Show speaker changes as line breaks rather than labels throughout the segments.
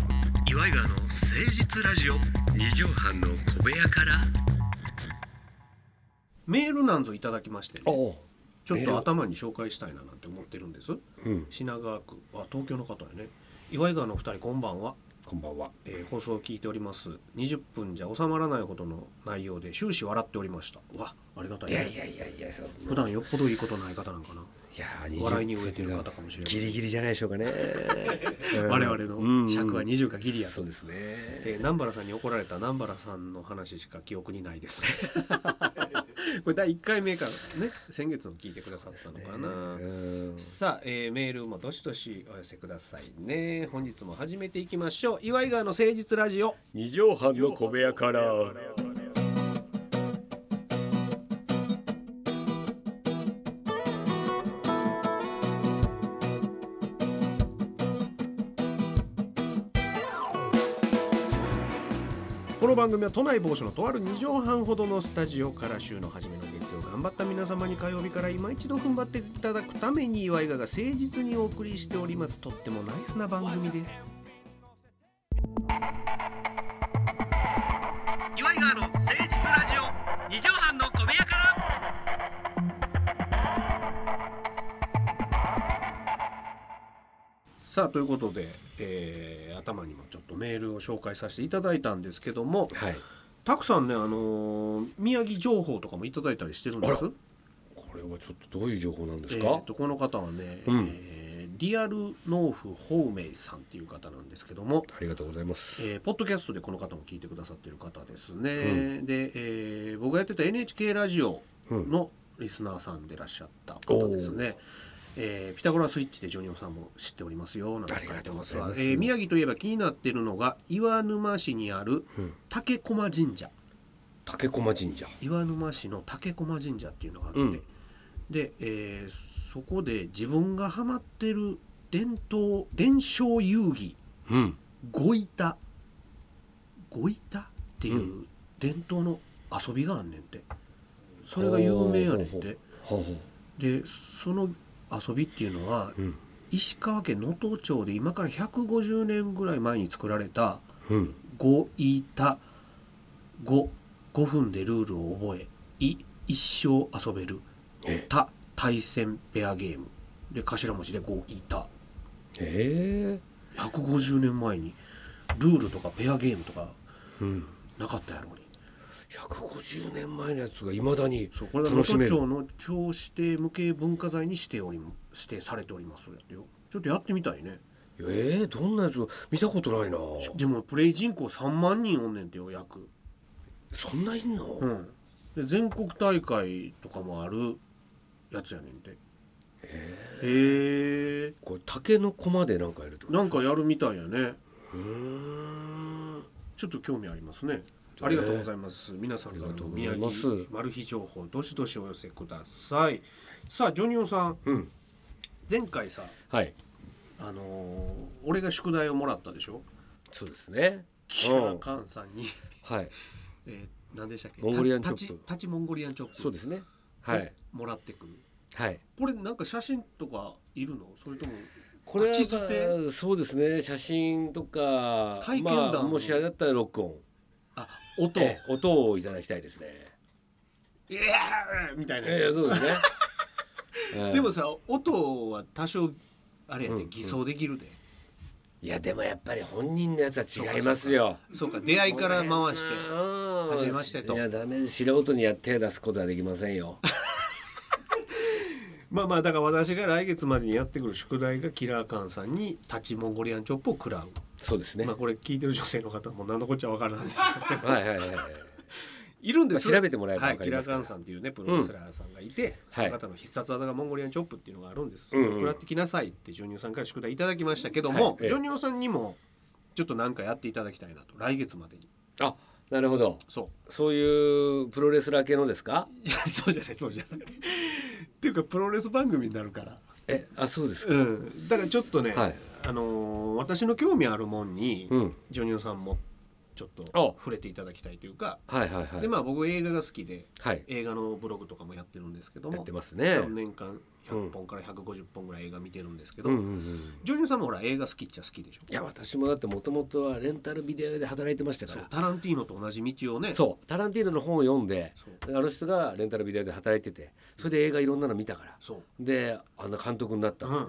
イガーの誠実ラジオ
二畳半の小部屋から
メールなんぞいただきまして、ね、
お
ちょっ
メール
と頭に紹介したいななんて思ってるんです
うん
品川区あ東京の方やね岩井川のお二人こんばんは、
こんばんは
えー放送を聞いております20分じゃ収まらないほどの内容で終始笑っておりましたうわありがたい,、
い
ね、
やいやいやいやそう
普段よっぽどいいことない方なんかな笑いに飢えてる方
か
かもしれない
ギリギリじゃないでしょうかねうん
我々の尺は
うん
20かギリやと、
そうですね
えー南原さんに怒られた南原さんの話しか記憶にない ですこれ第1回目からね先月の聞いてくださったのかな、
うん
さあ、えーメールもどしどしお寄せくださいね本日も始めていきましょう岩井川の誠実ラジオ
二畳半の小部屋から
この番組は都内某所のとある2畳半ほどのスタジオから週の初めの月曜頑張った皆様に火曜日から今一度踏ん張っていただくために岩井川が誠実にお送りしておりますとってもナイスな番組です岩井川の誠実ラジオ
二畳半の小部屋から
さあということで、えー頭にもちょっとメールを紹介させていただいたんですけども
はい
たくさんねあのー宮城情報とかもいただいたりしてるんです
あこれはちょっとどういう情報なんです
え
か
ー、とこの方はね、
うん
えーリアル農夫ホウメイさんっていう方なんですけども、
ありがとうございます
えーポッドキャストでこの方も聞いてくださってる方ですね、
う
で、えー僕がやってた NHK ラジオ
うん
のリスナーさんでいらっしゃった方ですね。えーピタゴラスイッチでジョニオさんも知っておりますよなんて書いてます
ありがとうござい
わ
ます
えー宮城といえば気になってるのが岩沼市にある
うん
竹駒神社
竹駒神社
岩沼市の竹駒神社っていうのがあって、
うん
で、えーそこで自分がハマってる伝統伝承遊戯
うん
ごいたごいたっていうう伝統の遊びがあんねんてそれが有名やねん
ほうほ
て
ほうほ
でその遊びっていうのは
ううん
石川県能登町で今から150年ぐらい前に作られた
うん
ごいたご5分でルールを覚えい一生遊べる
え
た対戦ペアゲームで頭文字でごいた
え
150年前にルールとかペアゲームとか
えうん
なかったやろうに
150年前のやつがいまだに
そうこれが能
楽し
登
め
町
る
の町指定無形文化財に指定おりも指定されておりますやってよちょっとやってみたいね
えー、どんなやつ見たことないな
でもプレイ人口3万人おんねんてよ約
そんないんの、
うんで全国大会とかもあるやつやねんてへえ
これ竹の駒でなんかやるってこと
なんかやるみたいやね
うーん
ちょっと興味ありますね
え
ありがとうございます皆さんから
ありがと
の
うござ
宮
います
城マル秘情報どしどしお寄せくださいさあジョニオさん
うん
前回さ
はい
あのー俺が宿題をもらったでしょ
そうですね
キラーカンさんに、
はい
えー、何でしたっけ
モンゴリアンチョップ
タタチタチモンゴリアンチョップ、
そうですすねはい
もらってくる
はい
これなんか写真とかいるのそれとも
これ
口づて
はそうですね写真とか
体験談
まあ、もしあれだったら録音
あ音
ええ音をいただきたいですね
いやーみたいな
え
や
え
つ、
そうです ねええ
でもさ音は多少あれやで、
うん
偽装できるで、
いやでもやっぱり本人のやつは違いますよ
そうか出会いから回して
初
初めましてと
いやダメです素人にや手出すことはできませんよ
まあまあだから私が来月までにやってくる宿題がキラーカンさんにタチモンゴリアンチョップを食らう、
そうですね、
まあこれ聞いてる女性の方も何のこっちゃわからないんですけど
はいはいはいはい
いるんです
調べてもらえば
は
分
い、
か
キ
り
ラー
ますか
カン
ら
さんっていうねプロレスラーさんがいて、
はい
その方の必殺技がモンゴリアンチョップっていうのがあるんです、
うん
そ
うん
れを食らってきなさいってジョニオさんから宿題いただきましたけども、
はいええ
ジョニオさんにもちょっと何かやっていただきたいなと来月までに
あなるほど
そう
そういうプロレスラー系のですか
いやそうじゃないそうじゃないっていうかプロレス番組になるから
えあそうですか
うんだからちょっとね、
はい
あのー私の興味あるもんに、
うん
ジョニオさんもちょっと
お
触れていただきたいというか、
はいはいはい
でまあ僕映画が好きで
はい
映画のブログとかもやってるんですけど
やっ
も
てますね
年間100本から150本ぐらい映画見てるんですけど、
うんうんうん
ジョニオさんもほら映画好きっちゃ好きでしょ
いや私もだってもともとはレンタルビデオ屋で働いてましたか
そう
ら
タランティーノと同じ道をね
そうタランティーノの本を読んで
そう
あの人がレンタルビデオ屋で働いててそれで映画いろんなの見たから
そう
であんな監督になったん
う
です、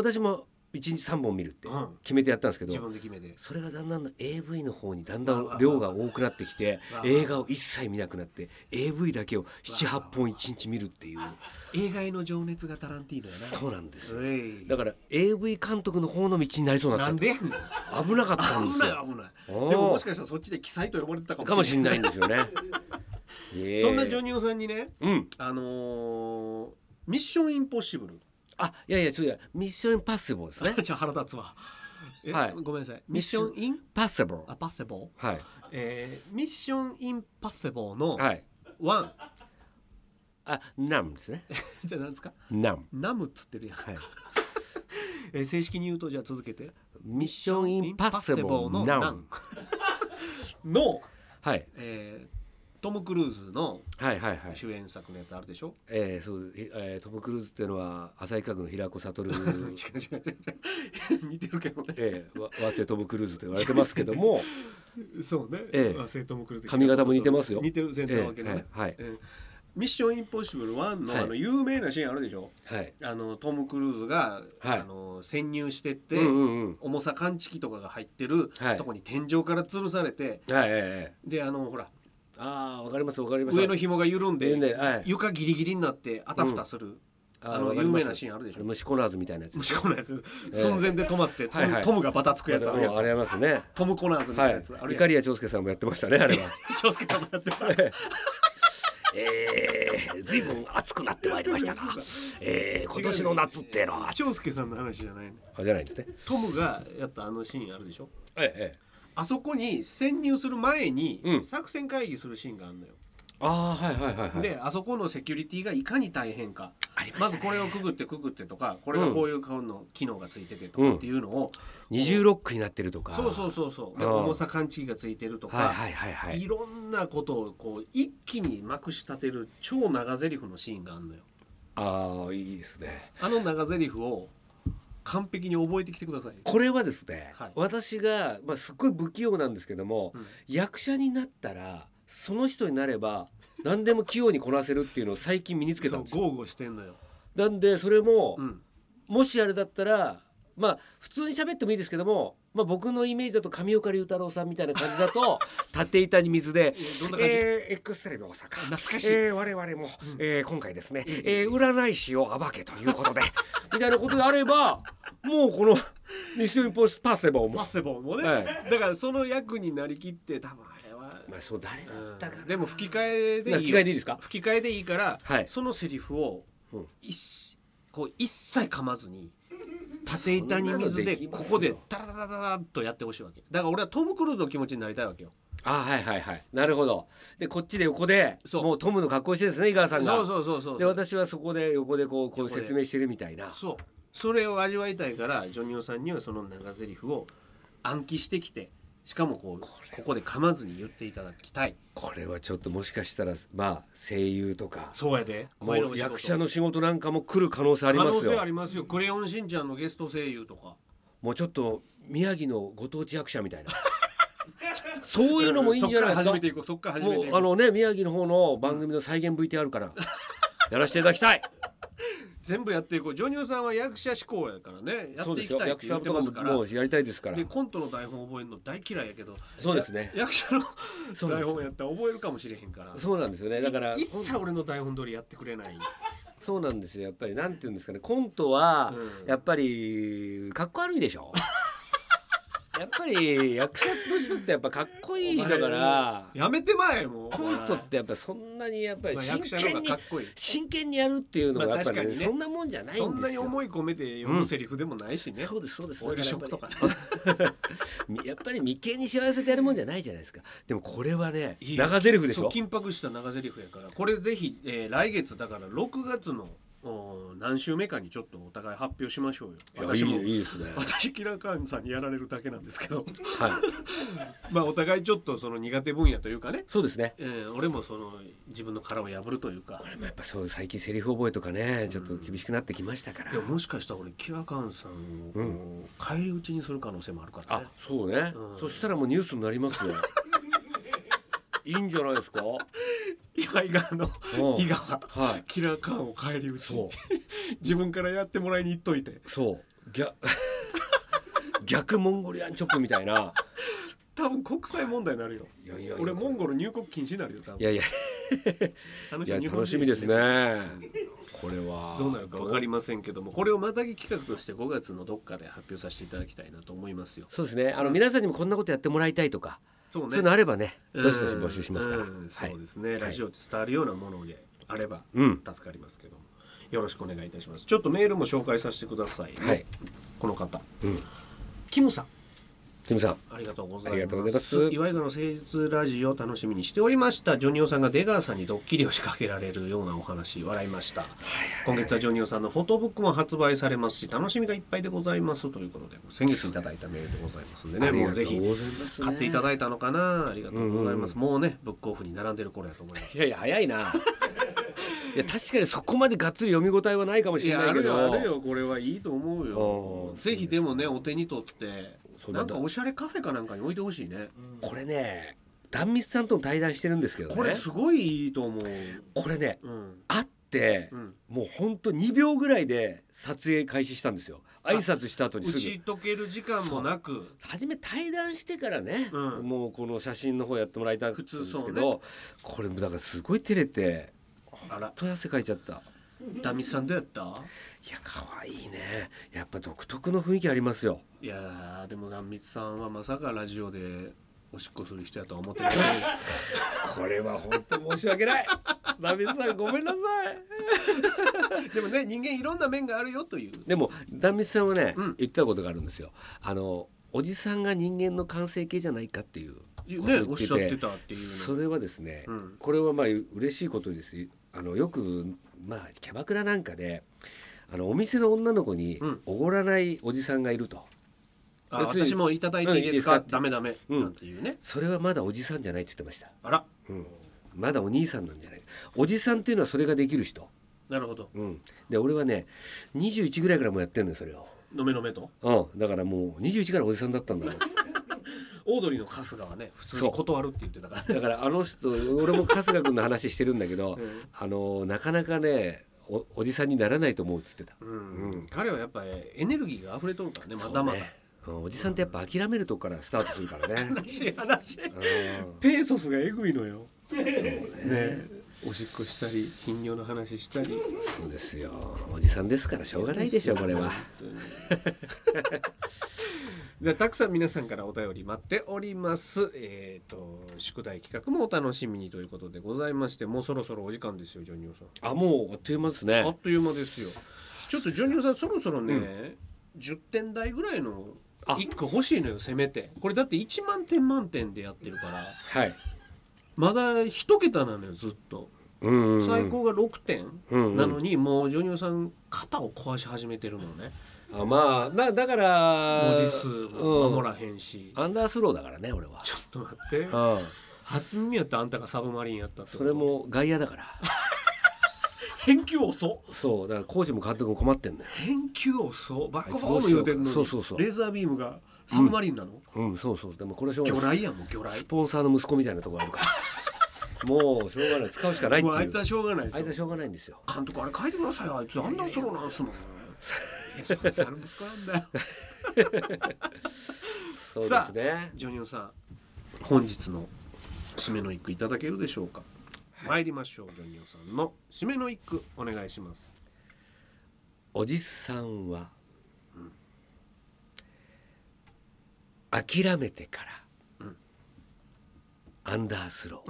ん、
で私も1日3本見るって
うん
決めてやったんですけど、
自分で決めて
それがだんだん AV の方にだんだん量が多くなってきて
わあ
映画を一切見なくなって AV だけを78本1日見るっていう
映画への情熱がタランティーノやな
そうなんですよ
うい
だから AV 監督の方の道になりそうにな
な
っちゃっ
んでやねん
た危なかったん
危
です
ない
よ
危ない
で
でももしかしたらそっちで記載と呼ばれてたかも
かもしれないいんで すよねええ
そんなジョニオさんにね
うん
あのーミッションインポッシブル
あいやいやそうやミッションパッシブルで すね
ちょっと腹立つわえ
はい
ごめんなさいミ
ミ
ッ
ッ
シ
シ
ョ
ョ
ンイン
パッシブル
アパッセボー
はい
えーミッションインパッセボーの
はい
ワン、
あナムですね
じゃあ何ですか
ナム
ナムっつってるやん、
はい
えー正式に言うとじゃあ続けて
ミッションインパッシブル
の
ナ
ナ
ム
ン の、
はい
えートム・クルーズの
はいはいはい
主演作のやつあるでしょ、
えーそうひえートム・クルーズっていうのは浅井家具の平子 悟
違う違う違う違う 似てるけどね
えー、わ和製トム・クルーズと言われてますけ ども
そうね、
ええ
まあ正トム・クルーズ
髪型も似てますよ
似てる全
え
体わけ
ー
ね、
はいはい
えーミッション・インポッシブル1の,、
はい
あの有名なシーンあるでしょ
はい
あのトム・クルーズが、
はい
あの潜入してって、
うんうんうん
重さ感知器とかが入ってる、
はい
とこに天井から吊るされて
はいはいはい
であのほら
ああわかりますわかります
上の紐が緩んで
でで、はい、
床ギリギリになってあたふたする、あの有名なシーンあるでしょ
虫コナーズみたいなやつ
虫コナーズ寸前で止まって、トム
はいはい
トムがバタつくやつあるやん、
あれありますね
トムコナーズみたい
は
なや
い
つ、あるやん
怒りや長介さんもやってましたね あれは
長介さんもやってた
えー、ずいぶん暑くなってまいりましたが、えー、今年の夏っていうのは
長介さんの話じゃないね
あじゃないんですね
トムがやったあのシーンあるでしょ
ええ
あそこに潜入する前に
うん
作戦会議するシーンがあるのよ、
ああはいはいはいはい
であそこのセキュリティがいかに大変か
ありま
ま
し
ず
たね
これをくぐってくぐってとかこれがこういう顔の機能がついててとかっていうのを、
二重ロックになってるとか
そうそうそうそう
うん
重さ感知器がついてるとか、
はいはいはいはいい
ろんなことをこう一気にまくし立てる超長ゼリフのシーンがあるのよ
ああいいですね
あの長ゼリフを完璧に覚えてきてください
これはですね、
はい
私が、まあ、すっごい不器用なんですけども、
うん
役者になったらその人になれば何でも器用にこなせるっていうのを最近身につけた
そ
ん
う
ですよ
豪語してんのよ、
なんでそれも、
うん、
もしあれだったらまあ普通に喋ってもいいですけども、まあ、僕のイメージだと上岡龍太郎さんみたいな感じだ と縦板に水で
えどんな感じ、
えー、X テレビ大阪
懐かしい
えー我々も、えー今回ですね、えー占い師を暴けということで みたいなことであればもうこの「ミッションインポッシパッセバー」も
マッセボンもね、
は
だからその役になりきって多分あれは、
まあそう誰だったか
うん
な
でも吹き替えでいいよ
吹き替えでいいですか
吹き替えでいいから、
はい
そのセリフを
うん
一しこう一切噛まずに縦板に水で
そんなのできま
こ
すよ
こでダラダラダラっとやってほしいわけだから俺はトム・クルーズの気持ちになりたいわけよ
あはいはいはいなるほどでこっちで横で
そう
もうトムの格好してですね井川さ
そうん
が
そうそうそう
で私はそこで横でこうこう
横で
説明してるみたいな
そうそれを味わいたいからジョニオさんにはその長ゼリフを暗記してきてしかもこうここで噛まずに言っていただきたい
これはちょっともしかしたらまあ声優とか
そうやで
もう役者
の
の仕事なんかも来る可能性あり
可
ま
能
す
性あ
よ
りますよ「クレヨンしんちゃん」のゲスト声優とか
もうちょっと宮城のご当地役者 みたいなそういうのもいいんじゃない
そ
です
っから始
か
めていこうそっから始め
も
ていうこ
あ
う
のね宮城の方の番組の再現 VTR からやらせていただきたい
全部やっていこうジョニオさんは役者志向やからね や
そ
っ
う
て
で
い
す
き
よ
たいっ
役
て言
者
って
と
ま
か
す
も
から
もうやりたいですから
でコントの台本覚えるの大嫌いやけど
そうですね
や役者の
そうなん
台
ですよ
本やったら覚えるかもしれへんから
そうなんですよねだから
一切俺の台本通りやってくれない、
そうなんですよやっぱりなんて言うんですかねコントは
うん
やっぱりかっこ悪いでしょ やっぱり役者としてってやっぱかっこいいだから
やめてまえもう
コントってやっぱそんなにやっぱり
まあ
真
役者の方
剣
が
に
かっこいい
真剣にやるっていうの
まあ
がやっぱ
確
り
か
ね
にね
そんなもんじゃない
そ
ん
ん
で
な
す
に
よ
思い込めて読むセリフでもないしね、
そうですそうです
オイルショックと
だ
かね
らやっぱりやっぱり眉間に幸せてやるもんじゃないじゃないですかでもこれはね
いい
長ゼリフでし
そう
ょ
緊迫した長ゼリフやからこれぜひ、えー来月だから6月のお何週目かにちょっとお互い発表しましょうよ
い
私
やい
も
いいいですね。
私キラカンさんにやられるだけなんですけど
はい。
まあお互いちょっとその苦手分野というかね、
そうですね。
えー俺もその自分の殻を破るというか
俺もやっぱそう最近セリフ覚えとかねちょっと厳しくなってきましたから
で。ももしかしたら俺キラカンさんをこう
うん
返り討ちにする可能性もあるから
あ
ね、
そうね、
うん
そしたらもうニュースになりますよ。いいんじゃないですか。
岩井があの
うん
伊賀は
はい。
キラカンを返り討ち
そう。
自分からやってもらいに行っといて
そう。逆 逆モンゴリアンチョップみたいな。
多分国際問題になるよ
いやいやいや
俺モンゴル入国禁止になるよ多分
いやいや
あの
い
人
や
日本人
楽しみですね
ね。
これは
どうなるか分かりませんけどもこれをまたぎ企画として5月のどっかで発表させていただきたいなと思いますよ。
そうですね。あの皆さんにもこんなことやってもらいたいとか、
そう
そういうのあればね、どしどし募集しますか
う
ら。は
んそう
い。
ですね、ラジオで伝わるようなものであれば
うん
助かりますけども、よろしくお願いいたしますちょっとメールも紹介させてください、
はい。
この方
うん。
キムさん
キムさん。
ありがとうございます
ありがとうございます
岩井川の誠実ラジオ楽しみにしておりましたジョニオさんが出川さんにドッキリを仕掛けられるようなお話笑いました今月はジョニオさんのフォトブックも発売されますし楽しみがいっぱいでございますということで先月いただいたメールでございますんでねもうぜひ買っていた
い
だいたのかなありがとうございます、もうねブックオフに並んでる頃やと思います
て。いやいや早いな。 いや確かにそこまでがっつり読み応えはないかもし
い
れ
や
な
あ
いけ
る
ど。
よあるよこれはいいと思うよ
うん
ぜひでもねお手に取って
そう
な
なん
ん
だ
かおしゃれカフェかなんかに置いてほしいね
これね、壇蜜さんとも対談してるんですけどね。
これすごいいいと思う
これね、
うん
会って
う。ん
もうほんと2秒ぐらいで撮影開始したんですよ挨拶した後に
打
すぐ
ち解ける時間もなく
初め対談してからね、
うん
もうこの写真の方やってもらいたくんですけ
普通そう
ど、
ね
これもだからすごい照れて
あら
と汗かいちゃった
ダミさんどうやった
いや可愛いねやっぱ独特の雰囲気ありますよ
いやーでもダミさんはまさかラジオでおしっこする人やとは思ってないい
これは本当申し訳ないダミスさんごめんなさい
でもね人間いろんな面があるよという
でもダミスさんはね、
うん
言ってたことがあるんですよあのおじさんが人間の完成形じゃないかっていう
ねおっしゃってたっていう
そ
の
れはですね、
うん
これはまあ嬉しいことですよあのよくまあキャバクラなんかであのお店の女の子に
うん
おごらないおじさんがいると、
あ
別に
私もいただいていい
うんいい
で
ですすか
か
って
ダメダメ
うん
なんていうね
それはまだおじさんじゃないって言ってました、
あら
うん、まだお兄さんなんじゃないおじさんっていうのはそれができる人、
なるほど
うん、で俺はね21ぐらいからもうやってんのよそれを、
のめのめと
うん、だからもう21からおじさんだったんだもん
オードリーの春日はね普通に断るって言ってたから
だからあの人俺も春日君の話してるんだけど、
うん
あのなかなかねおおじさんにならないと思うっつってた。
うん
うん
彼はやっぱりエネルギーが溢れとるからねまだまだ、
そうねうんおじさんってやっぱ諦めるとこからスタートするからね
悲しい話
うん
ペーソスがえぐいのよねおしっこしたり頻尿の話したり
そうですよおじさんですからしょうがないでしょうこれは
でたくさん皆さんからお便り待っておりますえっ、と宿題企画もお楽しみにということでございましてもうそろそろお時間ですよジョニオさん
あもうあっという間ですね
あっという間ですよちょっとジョニオさんそろそろね、10点台ぐらいの
あ
1個欲しいのよせめてこれだって1万点満点でやってるから
はい
まだ1桁なのよずっと
うんうんうん
最高が6点
うんうん
なのにもうジョニオさん肩を壊し始めてるのね
あまあなだから
文字数も守ら
うん
へんし、
アンダースローだからね俺は
ちょっと待って
うん
初耳やったあんたがサブマリンやったってこと
それも外野だから
返球遅
そうだからコーチも監督も困ってんだよ
返球遅バックホー
ど
ム
うし
言
よう
うてんのに
そうそうそう
レーザービームがサブマリンなの、
うんそうそうでもこれはしょう
魚
がない
雷やもん魚
ス
雷
ポンサーの息子みたいなところあるからもうしょうがない使うしかないってい
もう
う
あいつはしょうがないと
あいつはしょうがないんですよ
監督あれ書いてくださいよあいつあんなスローなんすもんい やそれ猿息子なんだよ
そうですね
ジョニオさん本日の締めの一句いただけるでしょうか、参りましょうジョニオさんの締めの一句お願いします
おじさんは諦めてから
うん
アンダースロ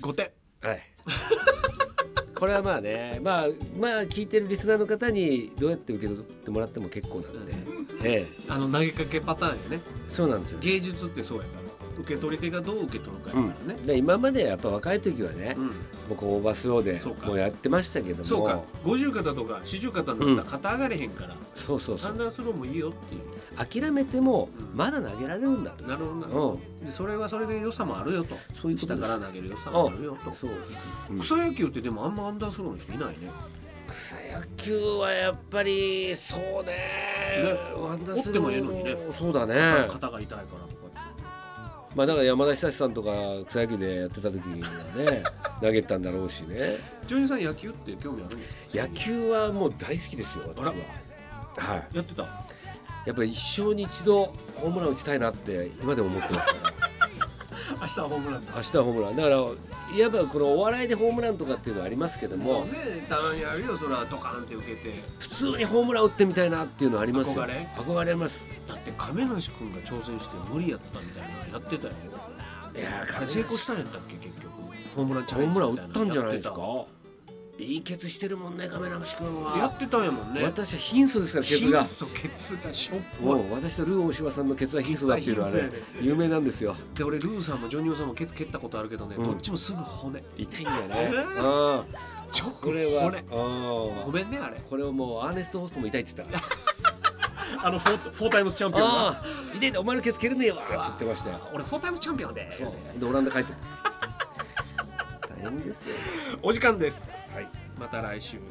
5点
ーはい これはまあねまあまあ聞いてるリスナーの方にどうやって受け取ってもらっても結構なんで、ええ、
あの投げかけパターンやね
そうなんですよね
芸術ってそうやから受け取り手がどう受け取るかやからね、
で今までやっぱ若い時はね、
うん
僕オーバースローで
そうか
もうやってましたけども
そうか50肩とか40肩になったら肩上がれへんから、
そうそうそ
サ
う
ンダースローもいいよっていう
諦めても
うん
まだ投げられるんだと、
なるほどな、
うん
でそれはそれで良さもあるよと
そういうこ
下
とで
か
す
ら投げる良さもあるよと、
そううん
草野球ってでもあんまアンダースローの人いないね
草野球はやっぱりそうねワンダー
折っ
スロー
てもええのにね
そうだね
肩が痛いからとかって
まあだから山田久志さんとか草野球でやってた時にはね 投げてたんだろうしね
ジョニーさん野球って興味あるんですか
野球はもう大好きですよ私は
あ
はい
やってた
やっぱり一生に一度ホームラン打ちたいなって今でも思ってますから
明日はホームランだ
明日はホームランだからいわばこのお笑いでホームランとかっていうのはありますけど
そ
も、
うねたまにあるよそれはドカンって受けて
普通にホームラン打ってみたいなっていうのはありますよ
憧れ
憧れます
だって亀梨君が挑戦して無理やったみたいなのやってたよ
いや
あれ成功したんやったっけ結局ホームランチャ
ホ
レ
ー
ンジ
ムラン
み
打
たい
っ
な
たんじゃ
の
ない
や
ですかいいケツしてるもんね亀梨君
や
は
ってたんやもんね
私は貧相ですからケツが
貧相ケツがしょっ
う
ぽい
ん私とルー大柴さんのケツは貧相だっていうのはね
貧相や
有名なんですよ
で俺ルーさんもジョニオさんもケツ蹴ったことあるけどね、
うん
どっちもすぐ骨
痛いんだよね
う
うん
ちょ
これは
骨
うん
ごめんねあれ
これをもうアーネスト・ホストも痛いって言ってた
あのフォーフォータイムスチャンが
ああ痛いんだお前のケツ蹴れねえわって言ってましたよ
俺フォータイムスチャンピオンで
そうでオランダ帰ってくる 大変ですよ
お時間です
はい
また来週お会いい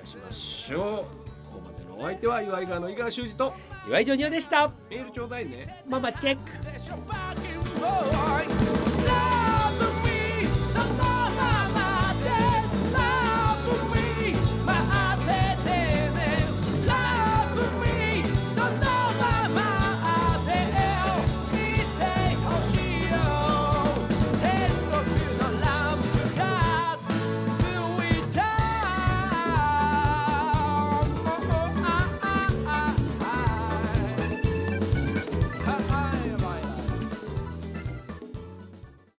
たしましょうここまでのお相手は岩井川の井川修司と
岩井ジョニオでした
メールちょうだいね
ママチェック
That's your rock and roll.